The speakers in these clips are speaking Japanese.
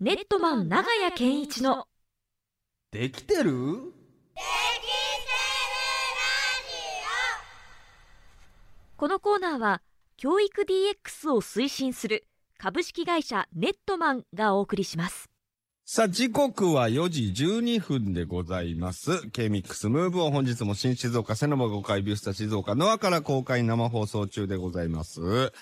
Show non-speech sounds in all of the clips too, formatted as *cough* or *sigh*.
ネットマン長屋健一のできてるこのコーナーは教育 DX を推進する株式会社ネットマンがお送りしますさあ、時刻は4時12分でございます。K-MIX ムーブを本日も新静岡、瀬沼5回ビュースタ静岡、ノアから公開生放送中でございます。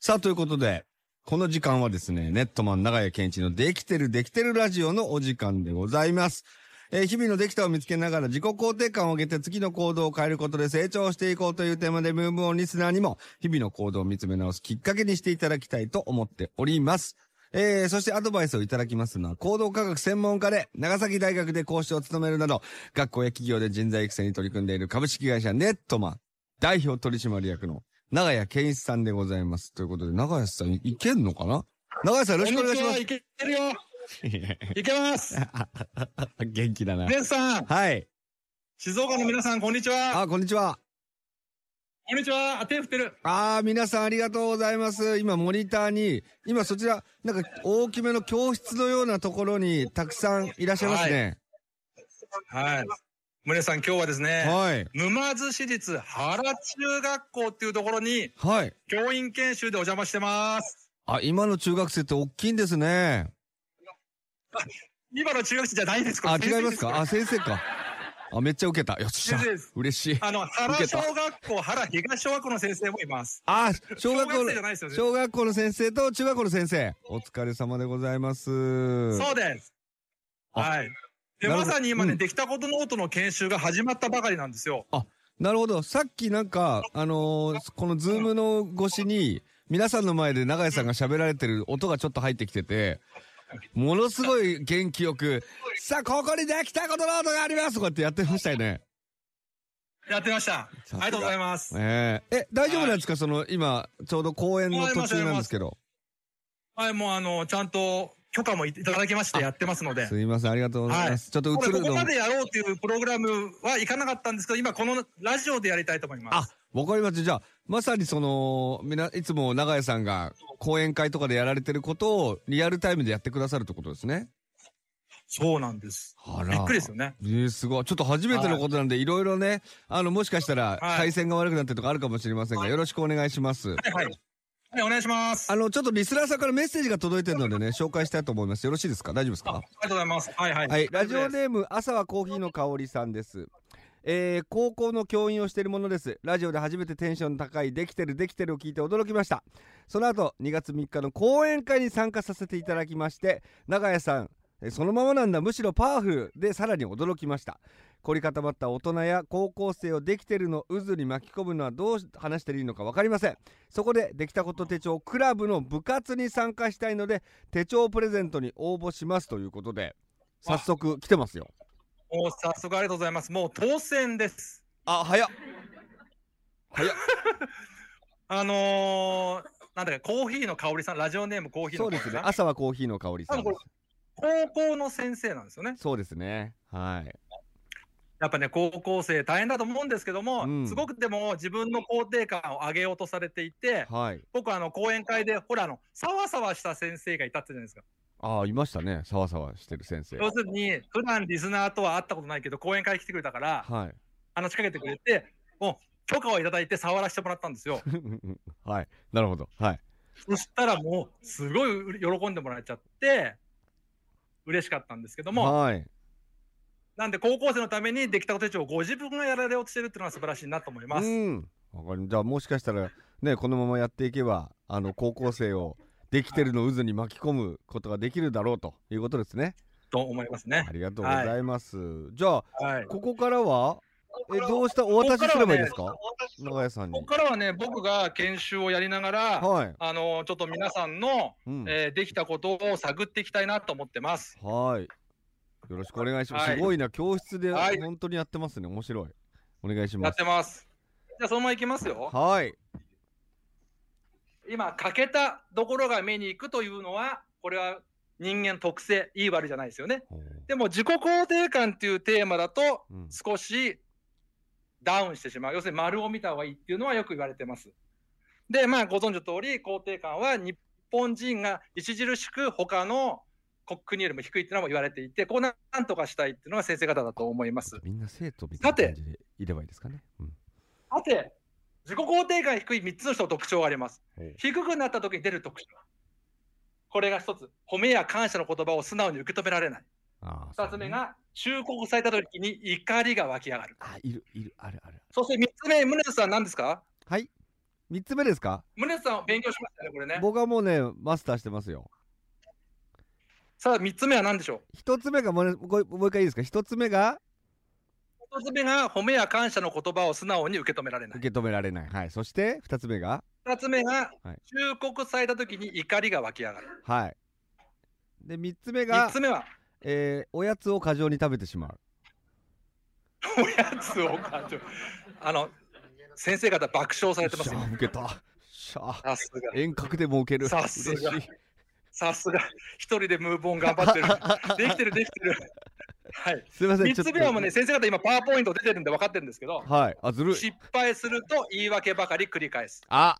さあ、ということで、この時間はですね、ネットマン長屋健一のできてるできてるラジオのお時間でございます。えー日々のできたを見つけながら自己肯定感を上げて次の行動を変えることで成長していこうというテーマでムーブオンリスナーにも日々の行動を見つめ直すきっかけにしていただきたいと思っております。えー、そしてアドバイスをいただきますのは、行動科学専門家で、長崎大学で講師を務めるなど、学校や企業で人材育成に取り組んでいる株式会社ネットマン、代表取締役の長谷健一さんでございます。ということで、長谷さん、いけんのかな長谷さん、よろしくお願いしますこんにちはけるよ。いけます。。 *laughs* 元気だな。皆さん、はい。静岡の皆さん、こんにちは。あ、こんにちは。こんにちは。あ、手振ってる。あー、皆さんありがとうございます。今、モニターに、今そちら、なんか大きめの教室のようなところにたくさんいらっしゃいますね。はい。皆さん、今日はですね、はい。沼津市立原中学校っていうところに、はい。教員研修でお邪魔してます。あ、今の中学生って大きいんですね。今の中学生じゃないですあ、か違いますかあ、先生か。あ、めっちゃ受けた。よっしゃ先生です。嬉しい。あの、原受けた小学校、原東小学校の先生もいます。あ、小学校小学生じゃの、ないですよね。小学校の先生と中学校の先生。お疲れ様でございます。そうです。あはい。で、なるまほどさに今ね、うんできたことノートの研修が始まったばかりなんですよ。なるほど。さっきなんか、あのーこのズームの越しに、皆さんの前で永井さんが喋られてる音がちょっと入ってきてて、ものすごい元気よく、さあ、ここにできたことの音がありますとかってやってましたよね。やってました。ありがとうございます。えええ、大丈夫なんですか、その、今、ちょうど公演の途中なんですけど。。はい、もうあの、ちゃんと許可もいただきましてやってますのですいません、ありがとうございます。ちょっこと映れるここの。までやろうというプログラムはいかなかったんですけど、今このラジオでやりたいと思いまあす。、わかりました。じゃあ、まさにその、みな、いつも長屋さんが講演会とかでやられてることをリアルタイムでやってくださるってことですね。そうなんです。あびっくりですよね。えー、すごい。ちょっと初めてのことなんで、いろいろね、あの、もしかしたら、はい回線が悪くなってるとかあるかもしれませんが、はいよろしくお願いします。はいはい。はい、お願いします。ああの、ちょっとリスナーさんからメッセージが届いてるのでね、紹介したいと思います。よろしいですか大丈夫ですかりがとうございます。はいはい。はい、ラジオネーム朝はコーヒーの香りさんです。えー、高校の教員をしているものですラジオで初めてテンション高い「できてるできてる」を聞いて驚きましたその後2月3日の講演会に参加させていただきまして長屋さんえーそのままなんだむしろパワフルでさらに驚きました凝り固まった大人や高校生をできてるの渦に巻き込むのはどう話していいのか分かりませんそこでできたこと手帳クラブの部活に参加したいので手帳プレゼントに応募しますということで早速来てますよもう早速ありがとうございます。もう当選です。あ早っあのー、なんだっけ、コーヒーの香りさん、ラジオネームコーヒーそのう香でりさすねん。朝はコーヒーの香りさんです高校の先生なんですよね。そうですねはいやっぱね、高校生大変だと思うんですけども、うんすごくでも自分の肯定感を上げようとされていて、はい僕あの講演会でほらあのさわさわした先生がいたってじゃないですかああいましたねさわさわしてる先生要するに普段リスナーとは会ったことないけど講演会来てくれたからはい *laughs* 話しかけてくれてもう許可をいただいて触らせてもらったんですよはいなるほどはいそしたらもうすごい喜んでもらえちゃって嬉しかったんですけどもはいなんで高校生のためにできたこと手帳をご自分がやられようとしてるっていうのは素晴らしいなと思います、うんわかりじゃあもしかしたらねこのままやっていけばあの高校生をできてるの渦に巻き込むことができるだろうということですねと思いますねありがとうございます、じゃあはいここからはえどうしたお渡しすればいいですかこ長屋さんにこからはね僕が研修をやりながら、はい、あのちょっと皆さんの、うん、えーできたことを探っていきたいなと思ってますはい。よろしくお願いします。はいすごいな、教室ではい本当にやってますね。面白い。お願いしやまっす。てます。じゃあそのままいきますよ。はい。今欠けたところが目に行くというのはこれは人間特性いい悪いじゃないですよね。でも自己肯定感っていうテーマだとうん少しダウンしてしまう要するに丸を見た方がいいっていうのはよく言われてます。でまあご存知の通り肯定感は日本人が著しく他の国よりも低いっていうのも言われていて、こうなんとかしたいっていうのが先生方だと思います。みんな生徒みたいな感じでいればいいですかね。うんさて、自己肯定感が低い3つの人の特徴がありますはい。低くなった時に出る特徴。これが1つ、褒めや感謝の言葉を素直に受け止められない。あー2つ目。そうねが、忠告された時に怒りが湧き上がる。あ、いる、いる、ある、ある。そして3つ目、宗さん何ですかはい。三つ目ですか宗さんは勉強しましたね、これね。僕はもうね、マスターしてますよ。さあ、3つ目は何でしょう一つ目がもうね、ごもう一回いいですか一つ目が一つ目が褒めや感謝の言葉を素直に受け止められない。受け止められない。はい。そして、二つ目が二つ目がはい、忠告された時に怒りが湧き上がる。はい。で、三つ目三がつ目は、えーおやつを過剰に食べてしまう。おやつを感じるあの、先生方爆笑されてますよよっしゃ。受けた。よっしゃ。さすが。 *laughs* 遠隔で儲ける。さすが嬉しいさすが。一人でムーブオン頑張 *laughs* ってる。できてる、できてる。はい。すみません。三ちょっつと目はもうね、先生方今パワーポイント出てるんで分かってるんですけど、はい。あ、ずるい。失敗すると言い訳ばかり繰り返す。あ。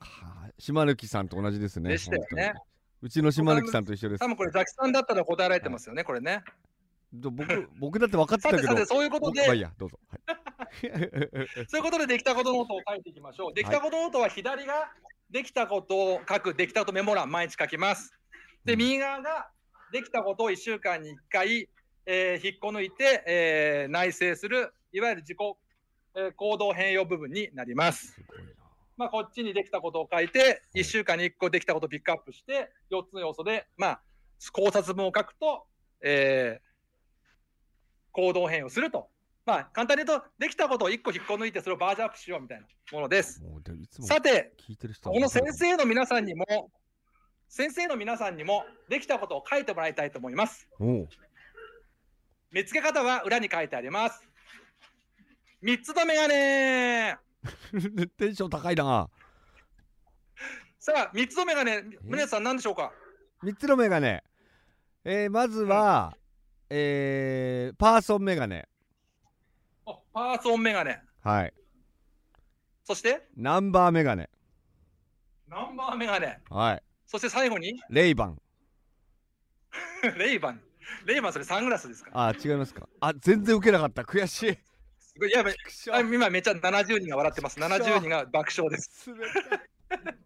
はあ、島抜きさんと同じですね。でしたよね本当に。うちの島抜きさんと一緒です多。分これ、ザキさんだったら答えられてますよね、これね。ど僕、僕だって分かってさたてけさどて、。そういうこと僕で、まあいいや、どうぞ。はい、そういうことでできたことノートを書いていきましょう。できたことノートは左ができたことを書く、できたことメモ欄、毎日書きます。う *laughs* で、ん右側ができたことを1週間に1回、えー引っこ抜いて、えー内省する、いわゆる自己、えー行動変容部分になります。すごいな。まあ、こっちにできたことを書いて、1週間に1個できたことをピックアップして、4つの要素で、まあ、考察文を書くと、えー行動変容すると。まあ、簡単に言うと、できたことを1個引っこ抜いて、それをバージョンアップしようみたいなものです。もう、でいつもさて、聞いてる人はこの先生の皆さんにも、先生の皆さんにも、できたことを書いてもらいたいと思います。おう *laughs* 見つけ方は裏に書いてあります。3つのメガネテンション高いな。さあ、3つのメガネ、宗さん何でしょうか三つのメガネ。えー、まずは、えー、パーソンメガネ。おパーソンメガネ。はい。そして、ナンバーメガネ。ナンバーメガネ。はい。そして最後に、 *laughs* レイバン。レイバン。レイバン、それサングラスですから。あ、違いますか。あ、全然受けなかった。悔しい。すごい、やばい。くしょあ今めっちゃ70人が笑ってます。70人が爆笑です。滑った悔し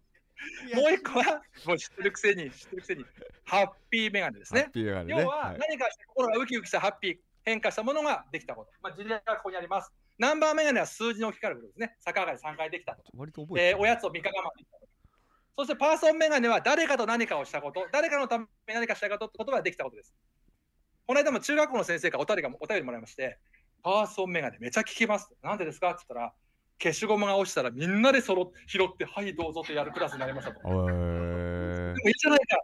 いもう一個は、もう知ってるくせに、知ってるくせに、ハッピーメガネですハッね。ピーメガネ要ね。は、い何かして心がウキウキしたハッピー、変化したものができたこと。まあ、事例がここにあります。ナンバーメガネは数字の置き換えることですね。逆上がり3回できたと。割と覚えてえるーおやつを3日我慢できたこと。そしてパーソンメガネは誰かと何かをしたこと、誰かのために何かしたことってことができたことです。この間も中学校の先生からお便りがお便りもらいまして、パーソンメガネめちゃ効きますと。なんでですかって言ったら、消しゴムが落ちたらみんなでそろ拾って、はいどうぞとやるクラスになりましたと。でもおーいいじゃないか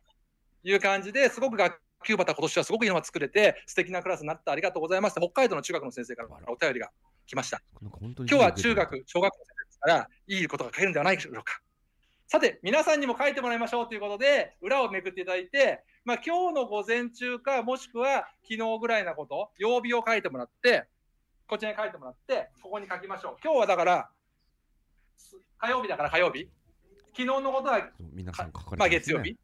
という感じですごく学級バタ今年はすごくいいのが作れて、素敵なクラスになったありがとうございました。北海道の中学の先生からお便りが来ました。なんか本当に今日は中学、小学校の先生ですから、いいことが書けるんではないでしょうか。さて、皆さんにも書いてもらいましょうということで、裏をめくっていただいて、まあ、今日の午前中か、もしくは昨日ぐらいなこと、曜日を書いてもらって、こちらに書いてもらって、ここに書きましょう。今日はだから、す火曜日だから火曜日、昨日のことは、皆さん書かれてまあ、すね月曜日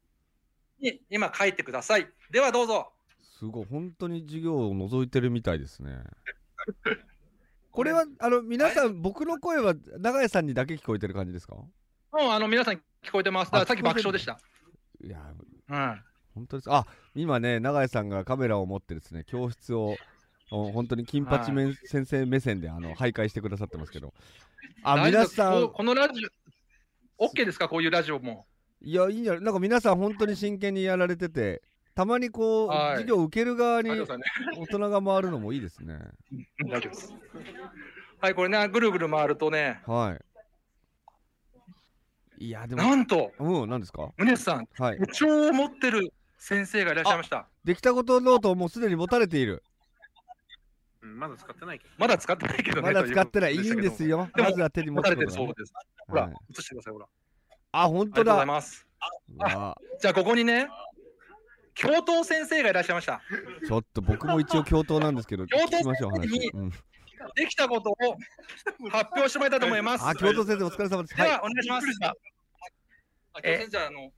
に今書いてください。ではどうぞ。すごい本当に授業を覗いてるみたい *laughs* ですねこれはあの皆さん僕の声は永井さんにだけ聞こえてる感じですかもうあの皆さん聞こえてます。だからさっき爆笑でした。いやうん。本当ですあ今ね永井さんがカメラを持ってですね教室をお本当に金八めん先生目線であの徘徊してくださってますけどあ大丈夫皆さこうんこのラジオ、OK ですか、こういうラジオも。いやいいんじゃないなんか皆さん本当に真剣にやられててたまにこう、はい授業受ける側に大丈夫大ですかね。人が回るのもいいですねうん大丈夫です。はい、これね、ぐるぐる回るとね、はいいやでもなんと、うん何ですか宗さん、はい部長を持ってる先生がいらっしゃいました。できたことノートをもうすでに持たれている。うんまだ使ってないけどね、まだ使ってないけどね。まだ使ってない。いというんですよ。よ。でもまずは手に持持つたこれてとだるそうね。です。ほら、はい映してください、ほら。ああ、本り当がとうございだ。ます。うわじゃあ、ここにね、教頭先生がいらっしゃいました。ちょっと僕も一応教頭なんですけど、教聞頭きましょう先生話に。うんできたことを発表してもらいたいと思います。あ、教頭先生お疲れ様です。ではい。は、お願いします。え、じゃあ、あの、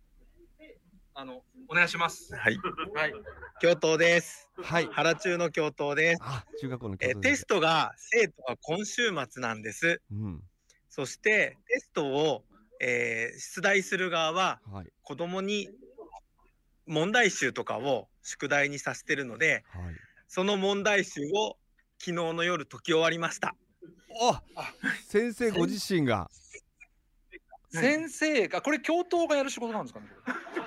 あの、お願いします。はい。はい。教頭です。はい。原中の教頭です。あ、中学校の教え頭テですストが生徒は今週末なんです。うん。そしてテストを、えー出題する側ははい。子供に問題集とかを宿題にさせてるので、はい。その問題集を昨日の夜解き終わりました。あ、先生ご自身が。先生が、これ教頭がやる仕事なんですかね。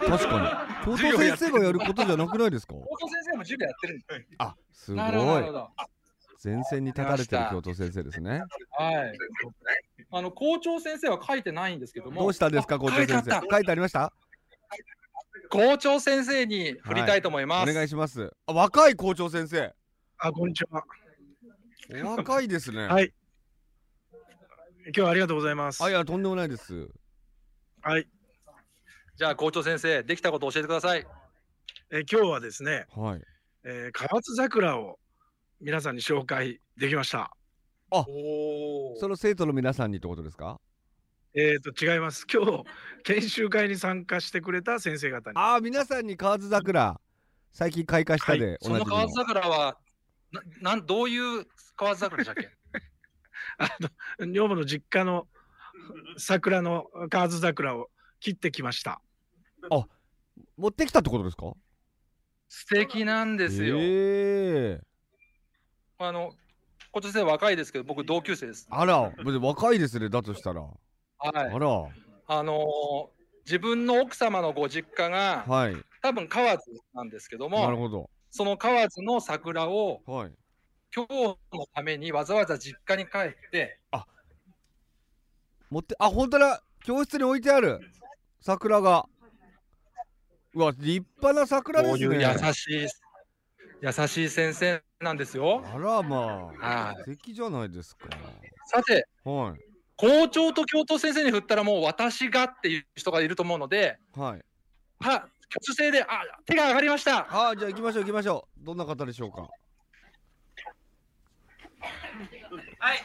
確かに。教頭授業や先って生がやることじゃなくないですか。教頭先生も授業やってるんです。あ、すごいな。るほどなるほど。前線に立たれてる教頭先生ですね。はい。あの校長先生は書いてないんですけども。どうしたんですか、あ校長先書いてあ生っ。書いてありました。た校長先生に振りたいと思いおます。願いします。あ、若い校長先生。あ、こんにちは。お若いですね。はい今日はありがとうございます。あ、いや、とんでもないです。はい、じゃあ校長先生、できたことを教えてください。え今日はですね、はい。えー、河津桜を皆さんに紹介できました。おその生徒の皆さんにってことですか。えっ、と違います。今日研修会に参加してくれた先生方に。あー、皆さんに河津桜。最近開花したで、おそなじのみ川の津。桜は、ななんどういう川津桜でしたっ *laughs* けあの女房の実家の桜の河津桜を切ってきました。持ってきたってことですか。素敵なんですよ。ええ。あの校長先生若いですけど、僕同級生です。あら、別に若いですね、だとしたら。はあい。ら。はあのー自分の奥様のご実家が、い。多分河津なんですけどなるも、ほど。その河津の桜をはい。今日のためにわざわざ実家に帰って、持って、あ、本当だ。教室に置いてある。桜が。うわ、立派な桜ですね。こういう優しい、優しい先生なんですよ。あらまあは、素敵じゃないですか。さて、は校長と教頭先生に振ったらもう私がっていう人がいると思うので、い。はい。は、挙手制で、あ、手が上がりました。あーじゃあ行きましょう行きましょう。どんな方でしょうか。はい。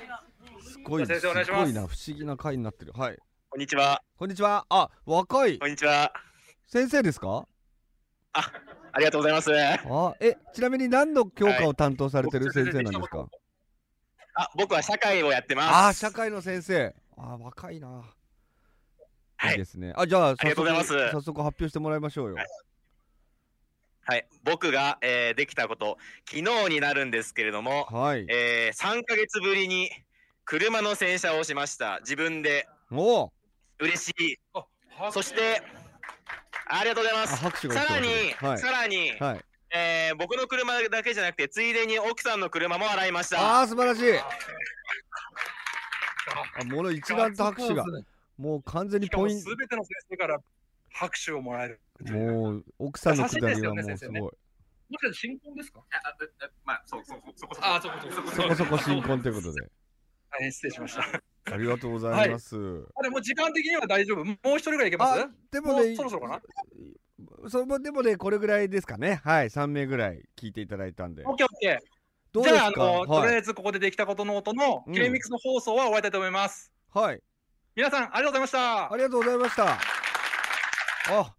すごい、じゃあす先生お願いしまごすいな、不思議な会になってる。はい。こんにちは。こんにちは。あ、若いこんにちは。先生ですかありがとうございます。あ、え、ちなみに何の教科を担当されてる先生なんですか、あ、僕は社会をやってます。あー、社会の先生。あー、若いな。はいいいですね。あ、じゃあ、ありがとうございます早速早速発表してもらいましょうよ。はい、僕が、えーできたこと、昨日になるんですけれども、はい。えー、3ヶ月ぶりに車の洗車をしました。自分でおー嬉しい。はそして、ありがとうございあ、ます。拍手がさ起きてらますにね、はいさ。らに、はい。えー僕の車だけじゃなくて、ついでに奥さんの車も洗いました。ああ素晴らし *laughs* い。あもの一段と拍手がもう完全にしかもポインすべての先生から拍手をもらえる。トもう奥さんのくだりがもうす優しいですよね先生ねごいもしかして新婚ですかまあ、そうそうそうそこそこ。あ、そうそうそう。そこそこ新婚ということで大変失礼しました。ありがとうございます。あれ、もう時間的には大丈夫。もう一人ぐらいいけますあでももねうそろそろかなそのでもねこれぐらいですかねはい三名ぐらい聞いていただいたんでオッケーオッケどー。うじですゃあ、あかの、とりあはいえずここでできたことノートの、うんケイミックスの放送は終わりたいと思います。はい皆さん、ありがとうございましたあ。りがとうございました。あ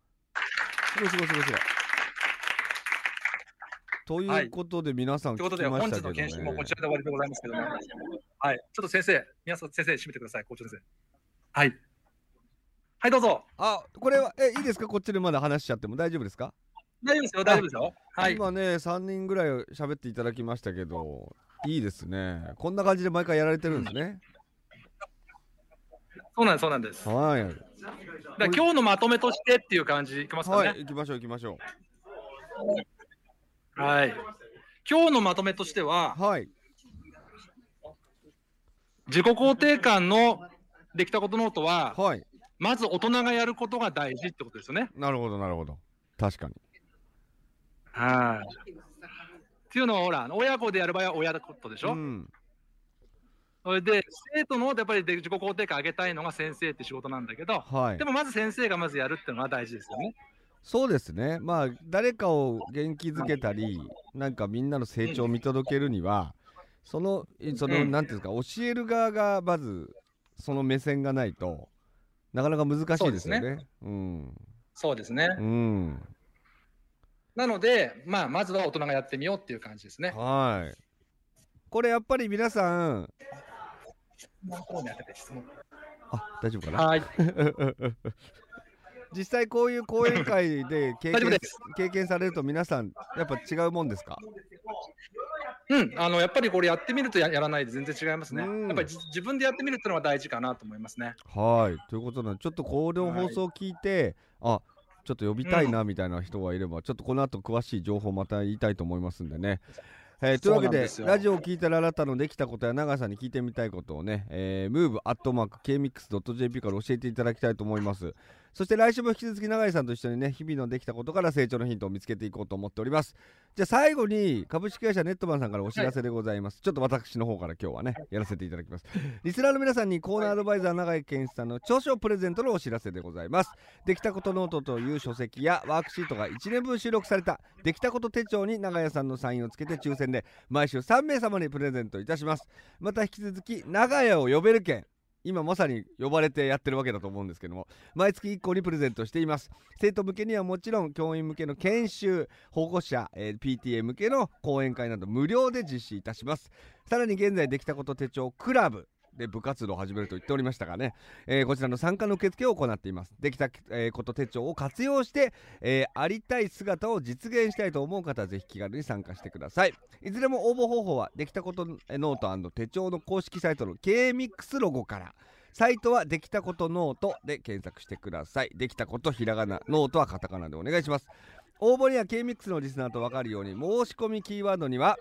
すごいすごいすごいすごい。ということで皆さんというこ聞きとで、ま本し日たのけ研修どもこねちらで終わりでございますけども、はい、ちょっと先生、皆さん、先生、締めてください、校長先生。はい。はい、どうぞ。あこれはえいいですかこっちでまだ話しちゃっても大丈夫ですか大丈夫ですよ、大丈夫ですよ。はい。今ね3人ぐらい喋っていただきましたけどいいですねこんな感じで毎回やられてるんですね、そうなんです、そうなんです。だかはいら今日のまとめとしてっていう感じ、いきますかはいね。行きましょう行きましょはい。今日のまとめとしてはう、はい自己肯定感のできたことノートは、はいまず大人がやることが大事ってことですよね。なるほどなるほど確かにはい。っていうのは、ほら、親子でやる場合は親ことでしょ。うんそれで、生徒のやっぱり自己肯定感上げたいのが先生って仕事なんだけど、はいでもまず先生がまずやるっていうのが大事ですよね。そうですねまあ誰かを元気づけたりなんかみんなの成長を見届けるにはそのいそのうんなんていうんですか教える側がまずその目線がないとなかなか難しいですよねうんそうですね。うん。なので、まあ、まずは大人がやってみようっていう感じですね。はい。これやっぱり皆さん、あ、大丈夫かな。はい。実際こういう講演会で経大丈験夫です経験されると皆さんやっぱ違うもんですか。うん、あのやっぱりこれやってみるとややらないで全然違いますね。うんやっぱりじ自分でやってみるっていうのは大事かなと思いますね。はい。ということなのでちょっとこの放送を聞いて、あ。ちょっと呼びたいなみたいな人がいれば、ちょっとこの後詳しい情報また言いたいと思いますんでね。えーというわけそうなんでですよラジオを聞いたらあなたのできたことや長井さんに聞いてみたいことをね、えー、move.kmix.jp から教えていただきたいと思いますそして来週も引き続き永井さんと一緒にね日々のできたことから成長のヒントを見つけていこうと思っておりますじゃあ最後に株式会社ネットマンさんからお知らせでございます、ちょっと私の方から今日はねやらせていただきますリスナーの皆さんにコーナーアドバイザー永井健一さんの著書プレゼントのお知らせでございますできたことノートという書籍やワークシートが1年分収録されたできたこと手帳に長屋さんのサインをつけて抽選で毎週3名様にプレゼントいたしますまた引き続き長屋を呼べる券今まさに呼ばれてやってるわけだと思うんですけども毎月1個にプレゼントしています生徒向けにはもちろん教員向けの研修保護者、えー PTA 向けの講演会など無料で実施いたしますさらに現在できたこと手帳クラブで部活動を始めると言っておりましたがね、えーこちらの参加の受付を行っていますできた、えーこと手帳を活用して、えーありたい姿を実現したいと思う方はぜひ気軽に参加してくださいいずれも応募方法はできたことノート手帳の公式サイトの KMIX ロゴからサイトはできたことノートで検索してくださいできたことひらがなノートはカタカナでお願いします応募には KMIX のリスナーと分かるように申し込みキーワードには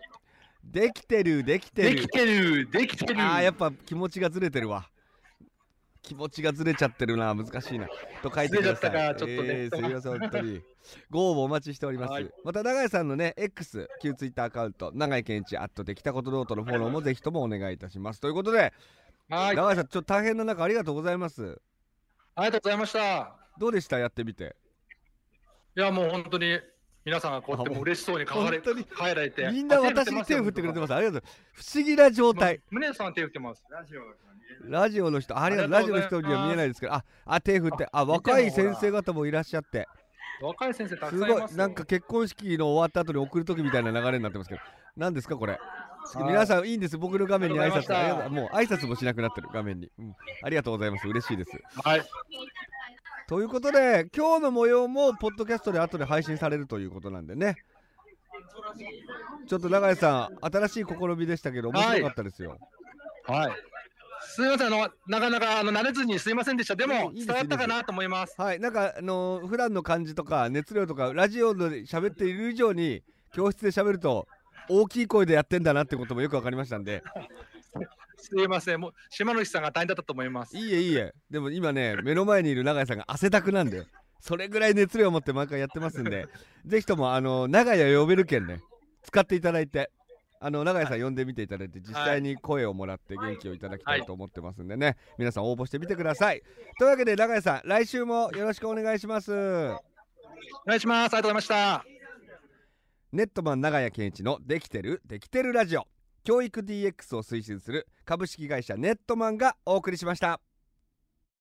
できてるできてでるきてるできてるあーやっぱ気持ちがずれてるわ気持ちがずれちゃってるな難しいなと書いてくださいずれちゃったかちょっとねえーすみません本当にご応募お待ちしております、はいまた永井さんのね X 旧 Twitter アカウント永井健一アットできたことノートのフォローもぜひともお願いいたしますということではい。永井さんちょっと大変な中ありがとうございますありがとうございました。どうでしたやってみていや、もう本当に皆さんがこうやってもう嬉しそうに本帰れ当に帰られて。みんな私に手を振ってくれてますありがとう不思議な状態、胸さん手振ってます。ラジオの人ありがとうあラりジがオとうのご人にざいますは見えないですけどああ手振ってあ若い先生方もいらっしゃって若い先生たすくさんいごますよ。いなんか結婚式の終わった後に送る時みたいな流れになってますけど何ですかこれはい皆さんいいんです僕の画面に挨拶ありがとうございまありしたがとうもう挨拶もしなくなってる画面に、うんありがとうございます嬉しいですはい。ということで今日の模様もポッドキャストで後で配信されるということなんでねちょっと永井さん新しい試みでしたけど面白かったですよ、はい。すみません、あの、なかなか、あの、慣れずにすいませんでした。でも、いいいいです伝わったかなと思います。はい、なんかあのー普段の感じとか熱量とかラジオで喋っている以上に教室で喋ると大きい声でやってんだなってこともよく分かりましたんで、すいません、もう、島野さんが大変だったと思います。いいえいいえ、でも今ね目の前にいる永井さんが汗だくなんで、それぐらい熱量を持って毎回やってますんで、ぜひともあの永井を呼べる券ね使っていただいて。あの永井さん呼んでみていただいて実際に声をもらって元気をいただきたいと思ってますんでね、皆さん応募してみてくださいというわけで永井さん来週もよろしくお願いしますお願いします。ありがとうございました。ネットマン長屋健一の「できてるできてるラジオ」教育 DX を推進する株式会社ネットマンがお送りしました。